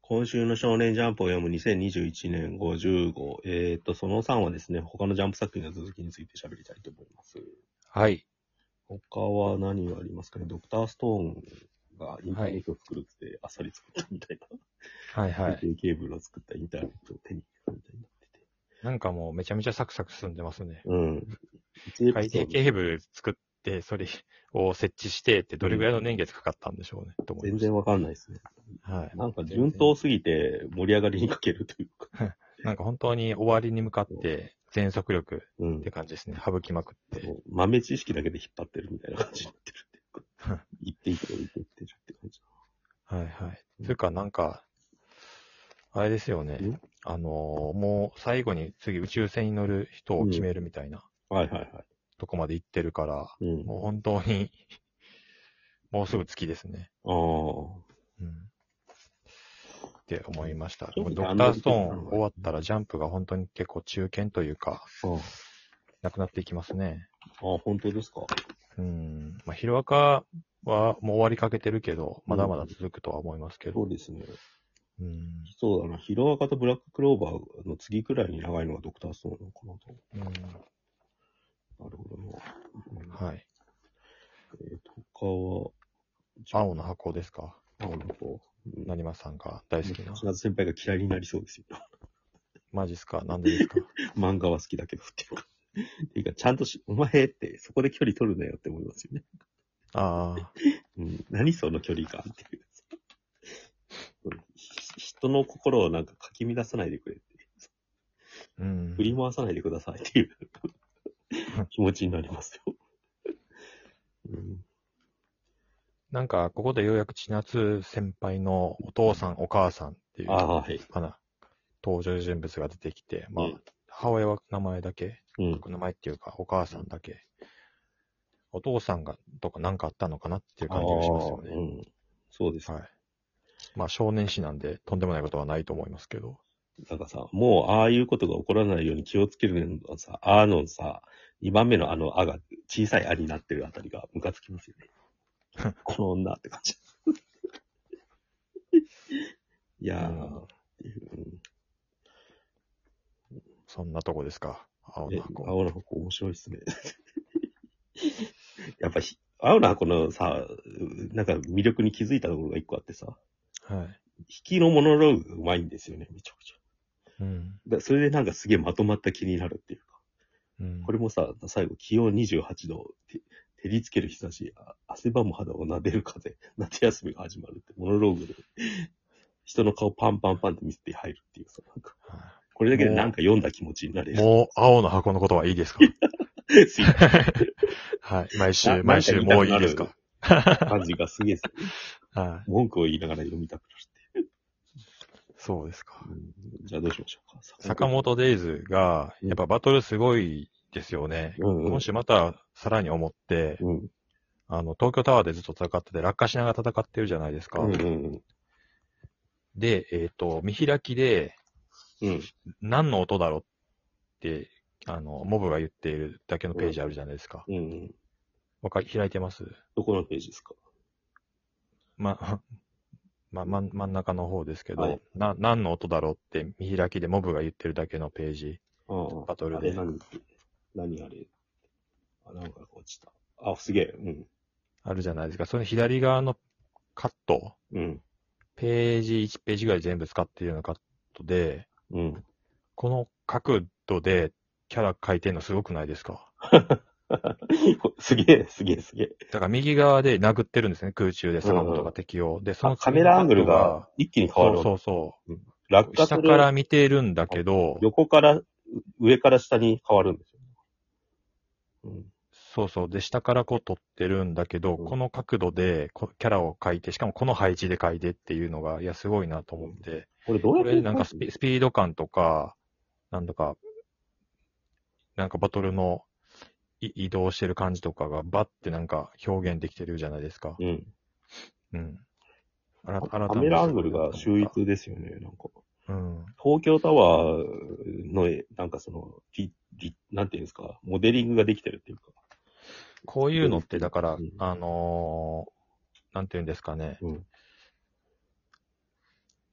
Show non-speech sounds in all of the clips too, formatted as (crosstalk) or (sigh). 今週の少年ジャンプを読む2021年50号。えー、っと、その3はですね、他のジャンプ作品の続きについて喋りたいと思います。はい。他は何がありますかねドクターストーンがインターネットを作るっつって、あっさり作ったみたいはいな。はい。でケーブルを作ったインターネットを手に入れたみたいになってて。なんかもうめちゃめちゃサクサク進んでますね。うん。海底ケーブル作って、それを設置してって、どれぐらいの年月かかったんでしょうね、と思い全ました然わかんないですね。はい。なんか順当すぎて盛り上がりにかけるというか。なんか本当に終わりに向かって、全速力うんっ。て感じですね。省きまくって。。そう豆知識だけで引っ張ってるみたいな感じになってるっていうか (laughs) 言っていって言っていってるって感じ。はいはい。というか、なんか、あれですよねん。あのーもう最後に次宇宙船に乗る人を決めるみたいなはいはいはとこまで行ってるから、い。うん。もう本当に、もうすぐ月ですね。ああ。うん。って思いました。そうドですクねタあんなーにストーン終わったらジャンプが本当に結構中堅というか、そうなくなっていきますね。ああ、本当ですか。うん。まあ、ヒロアカはもう終わりかけてるけど、まだまだ続くとは思いますけそど。うですね。うん。そうだな。ヒロアカとブラッククローバーの次くらいに長いのがドクターストーンなのかなと。うん、なるほどな。うんはい。えーと、他は、青の箱ですか。青の子。うんなにまさんが大好きな。千夏先輩が嫌いになりそうですよ。 (laughs) マジっすかなんでですか漫画は好きだけどっていうか。 (laughs) っていうか、ちゃんとし、お前って、そこで距離取るなよって思いますよね。ああ。うん。何その距離感っていう。 (laughs) うんひ人の心をなんかかき乱さないでくれって。うん振。り回さないでくださいっていう気持ちになりますよ。うん。なんか、ここでようやく千夏先輩のお父さん、お母さんっていう、ああ、はい。かな、登場人物が出てきて、まあうん、母親は名前だけ、うん。名前っていうか、お母さんだけ、お父さんが、とか何かあったのかなっていう感じがしますよあーね。うん。そうです。はい。まあ、少年誌なんで、とんでもないことはないと思いますけど。なんかさ、もうああいうことが起こらないように気をつけるのさ、あーのさ、2番目のあのあが小さいあになってるあたりがムカつきますよ (laughs) ね。この女って感じ。いやー、うんそんなとこですか。青うんえの箱。青の箱面白いっすね。 (laughs) やっぱひ、青の箱のさ、なんか魅力に気づいたところが一個あってさ、はい。引きのモノローグがうまいんですよね、めちゃくちゃ。うん。だそれでなんかすげえまとまった気になるっていうか。うんこれもさ、最後、気温28度、て照りつける日差し、あ汗ばむ肌を撫でる風、夏休みが始まるって、モノローグで、人の顔パンパンパンって見せて入るっていうさ、なんか、はこれだけでなんか読んだ気持ちになれいる。もう、青の箱のことはい (laughs) いですかすいまはい。毎せ週、ん毎週もういいですか感じがすげえす、は文句を言いながら読みたくい。そうですか。なるうん。じゃあどうしましょうか。坂本デイズが、やっぱバトルすごいですよね。うんうん今週またさらに思って、うん。あの、東京タワーでずっと戦ってて、落下しながら戦ってるじゃないですか。うんうんで、えっ、と、見開きで、うん。うん。何の音だろうって、あの、モブが言っているだけのページあるじゃないですか。うんうん。わかり、開いてますどこのページですかま、 (laughs) ま、ま、真ん中の方ですけど、はいな、何の音だろうって見開きでモブが言ってるだけのページ。ああバトルあでれ何何あれあ、なんか落ちた。あ、すげえ。うん。あるじゃないですか。その左側のカット。うん。ページ、1ページぐらい全部使ってるようなカットで、うん。この角度でキャラ書いてるのすごくないですか (laughs) すげえ、すげえ、すげえ。だから右側で殴ってるんですね、空中で坂本が敵を。で、そのあカメラアングル角度が一気に変わるそうわそうそ落う。下す下るから見てるんだけど、横から、う上から下に変わるんですよ。うん。そうそう。で、下からこう撮ってるんだけど、うんこの角度でこキャラを書いて、しかもこの配置で書いてっていうのが、いや、すごいなと思って。これどうこやってれなんかスピスピード感とか、なんだか、なんかバトルのい移動してる感じとかがバッてなんか表現できてるじゃないですか。うん。うん。あらカメラアングルが秀。逸ですよね。なんか、改めてうん。東京タワーの、なんかその、りりなんていうんですか、モデリングができてるっていうか。こういうのって、だから、うんあのーなんていうんですかね。うん。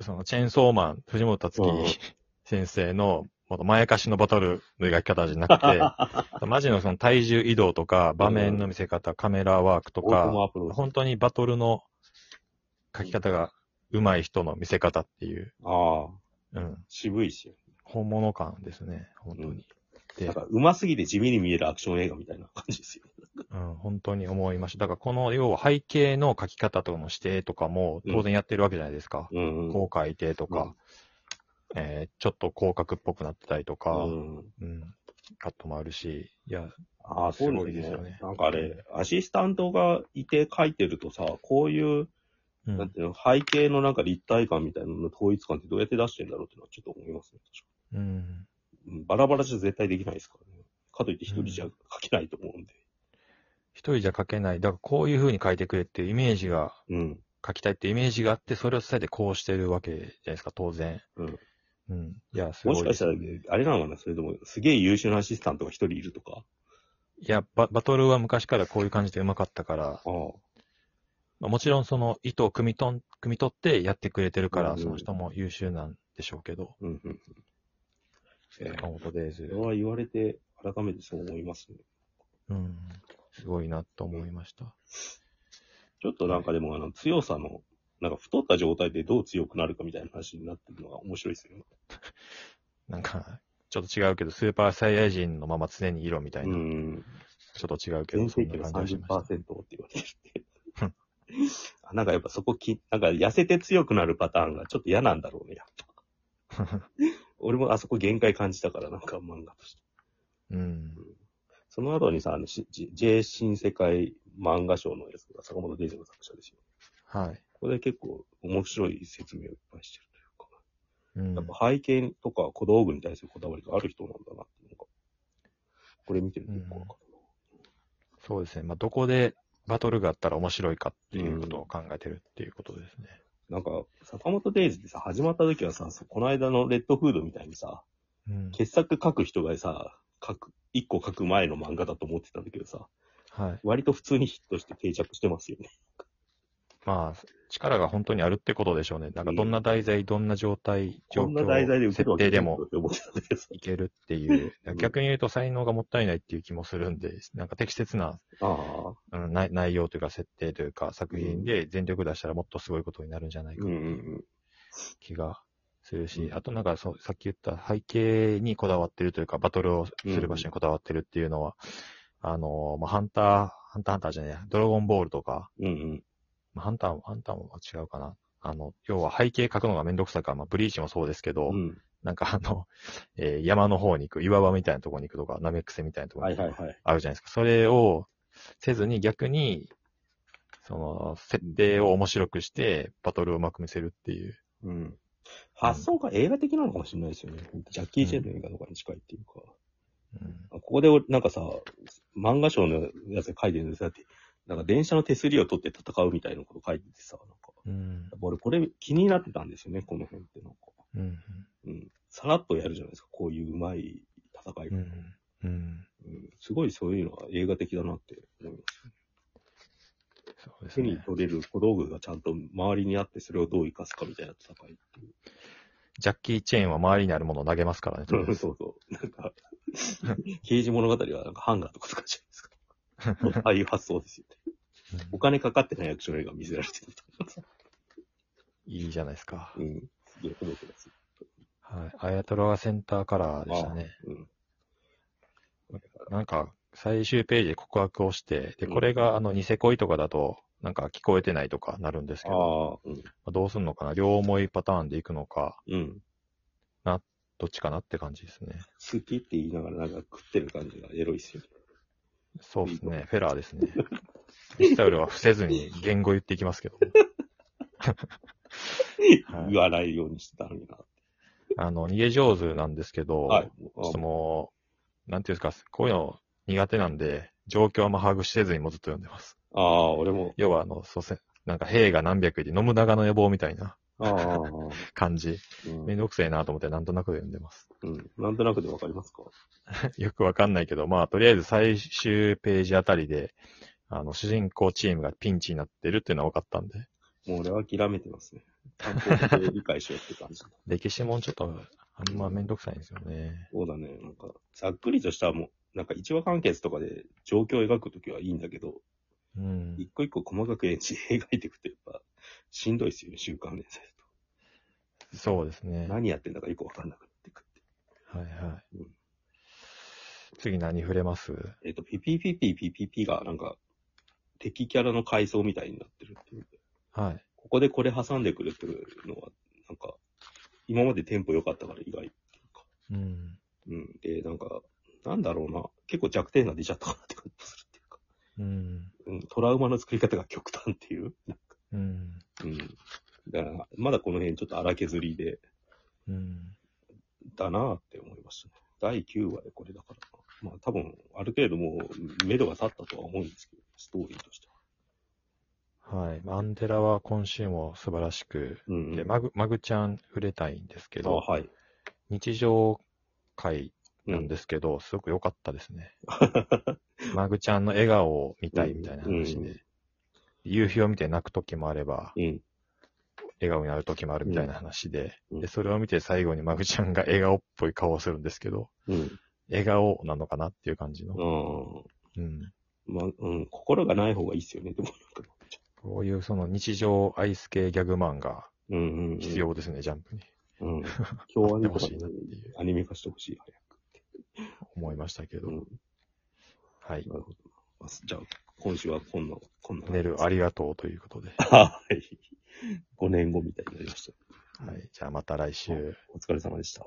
そのチェーンソーマン、藤本達樹うん (laughs) 先生の、もっと前かしのバトルの描き方じゃなく (laughs) て、マジのその体重移動とか、場面の見せ方、カメラワークと僕もか、アプローチ。本当にバトルの書き方が上手い人の見せ方っていう、ああ、うん、渋いし。本物感ですね、本当に。なでんか、うますぎて地味に見えるアクション映画みたいな感じですよ。うん、本当に思いました。だからこの、要は背景の書き方とかの指定とかも、当然やってるわけじゃないですか。うん、うん。 (laughs) こう書いてとか、えーちょっと広角っぽくなってたりとか、うん。うん。カットもあるし、いや、ああ、そうなんすごいですよねなんかあれ、アシスタントがいて書いてるとさ、こういう、うなんん。ていうの、背景のなんか立体感みたいなのの統一感ってどうやって出してんだろうってのはちょっと思いますね。確かうん。にうんバラバラじゃ絶対できないですからね。かといって一人じゃ書けないと思うんで。一人じゃ書けない。だからこういう風に書いてくれっていうイメージが、うん。書きたいっていうイメージがあって、それを伝えてこうしてるわけじゃないですか、当然。うん。うん。いや、すごもいしかしたら、ですねあれなのかなそれとも、すげえ優秀なアシスタントが一人いるとか。いやバ、バトルは昔からこういう感じでうまかったから、ああ。まあもちろんその意図を汲みとん、汲み取ってやってくれてるかうら、んその人も優秀なんでしょうけど、うんうん。ええ坂本デイズそれ。は言われて、改めてそう思いますね。うん。すごいなと思いました。ちょっとなんかでも、あの、強さの、なんか太った状態でどう強くなるかみたいな話になってるのが面白いですよね。なんか、ちょっと違うけど、スーパーサイヤ人のまま常にいろみたいうな、ん。ちょっと違うけど、全そ盛ん期なの感じがしま30%っして言われてるうって。あなんかやっぱそこき、なんか痩せて強くなるパターンがちょっと嫌なんだろうね、やっぱ。た。 (laughs) 俺もあそこ限界感じたから、なんか漫画として。うん。その後にさ、あの、し J- J 新世界漫画賞のやつが坂本デジの作者ですよ。はい。これ結構面白い説明をいっぱいしてるというか。うんやっぱ背景とか小道具に対するこだわりがある人なんだなっていうのが、これ見てるとよくわかるな。そうですね。まあ、どこでバトルがあったら面白いかっていうことを考えてるっていうことですね。なんか、坂本デイズってさ、始まった時はさ、そこの間のレッドフードみたいにさ、うん。傑作書く人がさ、書く、一個書く前の漫画だと思ってたんだけどさ、はい。割と普通にヒットして定着してますよね。まあ、力が本当にあるってことでしょうね。なんかどんな題材、どんな状態、状こ況、んな題材で受ける設わけな定でいだもろうって思ってたんだけどさ。いけるって (laughs) いううん。逆に言うと才能がもったいないっていう気もするんで、なんか適切な、ああ、うん、内内容というか設定というか作品で全力出したらもっとすごいことになるんじゃないかうっんてういうん気がするし、うんあとなんかそう、さっき言った背景にこだわってるというか、バトルをする場所にこだわってるっていうのは、あの、まあ、ハンター、ハンターハンターじゃねえや、ドラゴンボールとか、うん。うんうん。まあ、ハンターも、ハンターも違うかな。あの、要は背景描くのがめんどくさいから、まあ、ブリーチもそうですけど、うん。なんかあの、 (laughs) えー山の方に行く、岩場みたいなとこに行くとか、ナメックセみたいなとこはにい行はくいとか、はい。あるじゃないですか。それをせずに逆に、その、設定を面白くして、バトルをうまく見せるっていう。うん。発想が映画的なのかもしれないですよね。ジャッキー・チェンの映画とかに近いっていうか。うんあここで俺、なんかさ、漫画賞のやつで書いてるんですよ。だって、なんか電車の手すりを取って戦うみたいなこと書いててさ、なんか、うんやっぱ俺これ気になってたんですよね、この辺ってなんか。うんうん。さらっとやるじゃないですか、こういううまい戦い、ううんんうんすごいそういうのは映画的だなって思います。そうです手にね。取れる小道具がちゃんと周りにあって、それをどう生かすかみたいな戦いっていう。ジャッキー・チェーンは周りにあるものを投げますからね。とりあえずそうそう。なんか、刑事物語はなんかハンガーとか使うじゃないですか。ああいう発想ですよね。お金かかってないアクション映画見せられてると思います。いいじゃないですか。うん。すげえ褒めてます。はい。アヤトラがセンターカラーでしたね。うん。なんか、最終ページで告白をして、で、うんこれが、あの、ニセ恋とかだと、なんか聞こえてないとかなるんですけど、ああ、うん。まあどうすんのかな両思いパターンでいくのか、うん。どっちかなって感じですね。好きって言いながらなんか食ってる感じがエロいっすよね。そうですね。フェラーですね。ミスタウルは伏せずに言語言っていきますけど。はい言わない (laughs) ようにしてたのにな。あの、逃げ上手なんですけど、はい。ちょっともう、なんていうんですか、こういうの苦手なんで、状況はまあ把握せずにもうずっと読んでます。ああ、俺も。要は、あの、そうせん、なんか兵が何百いて、信長の野望みたいなああ、感じ。うんめんどくせえなと思って、なんとなくで読んでます。 (laughs) うん。なんとなくでわかりますかよくわかんないけど、まあ、とりあえず最終ページあたりで、あの、主人公チームがピンチになってるっていうのは分かったんで。もう俺は諦めてますね。単行で理解しようって感じ。歴史もちょっと、あんまめんどくさいんですよね。そうだね。なんか、ざっくりとしたもう、なんか一話完結とかで状況を描くときはいいんだけど、うん。一個一個細かく演じ描いていくとやっぱ、しんどいっすよね、週刊連載だそうですね。と。はい何やってんだかよくわかんなくなってくって。はいうん。次何触れますえっ、と、ピピピピピピピがなんか、敵キャラの階層みたいになってるっていう。はい。ここでこれ挟んでくるっていうのは、なんか、今までテンポ良かったから意外。うん。うん。で、なんか、なんだろうな。結構弱点が出ちゃったかなって感じするっていうか。うん。うん、トラウマの作り方が極端っていう。うん。うん。だから、まだこの辺ちょっと荒削りで、うん。だなって思いましたね。第9話でこれだから。まあ多分、ある程度もう、目処が立ったとは思うんですけど、ストーリーとしては。はい。アンデラは今週も素晴らしく、うん、で、マグ、マグちゃん触れたいんですけあ、ど、はい。。日常会なんですすけど、すごく良かったです (laughs) ね。マグちゃんの笑顔を見たいみたいな話うんうで。夕日を見て泣く時もあれば、うん。笑顔になる時もあるみたいな話で、うんでそれを見て最後にマグちゃんが笑顔っぽい顔をするんですけど、うん。笑顔なのかなっていう感じの。うん。うん。まあ、うん、心がない方がいいっすよね、でもなんか。こういうその日常アイス系ギャグ漫画うんうん、うん。必。要ですね、ジャンプに。うん。共和にやってとほかしいになっていうアニメ化してほしい、思いましたけど。早く。うん。はい。なるほど。まあじゃあ、今週はこんな、こんな。メールありがとうということで。はい。5年後みたいになりました。はい。じゃあまた来週。お疲れ様でした。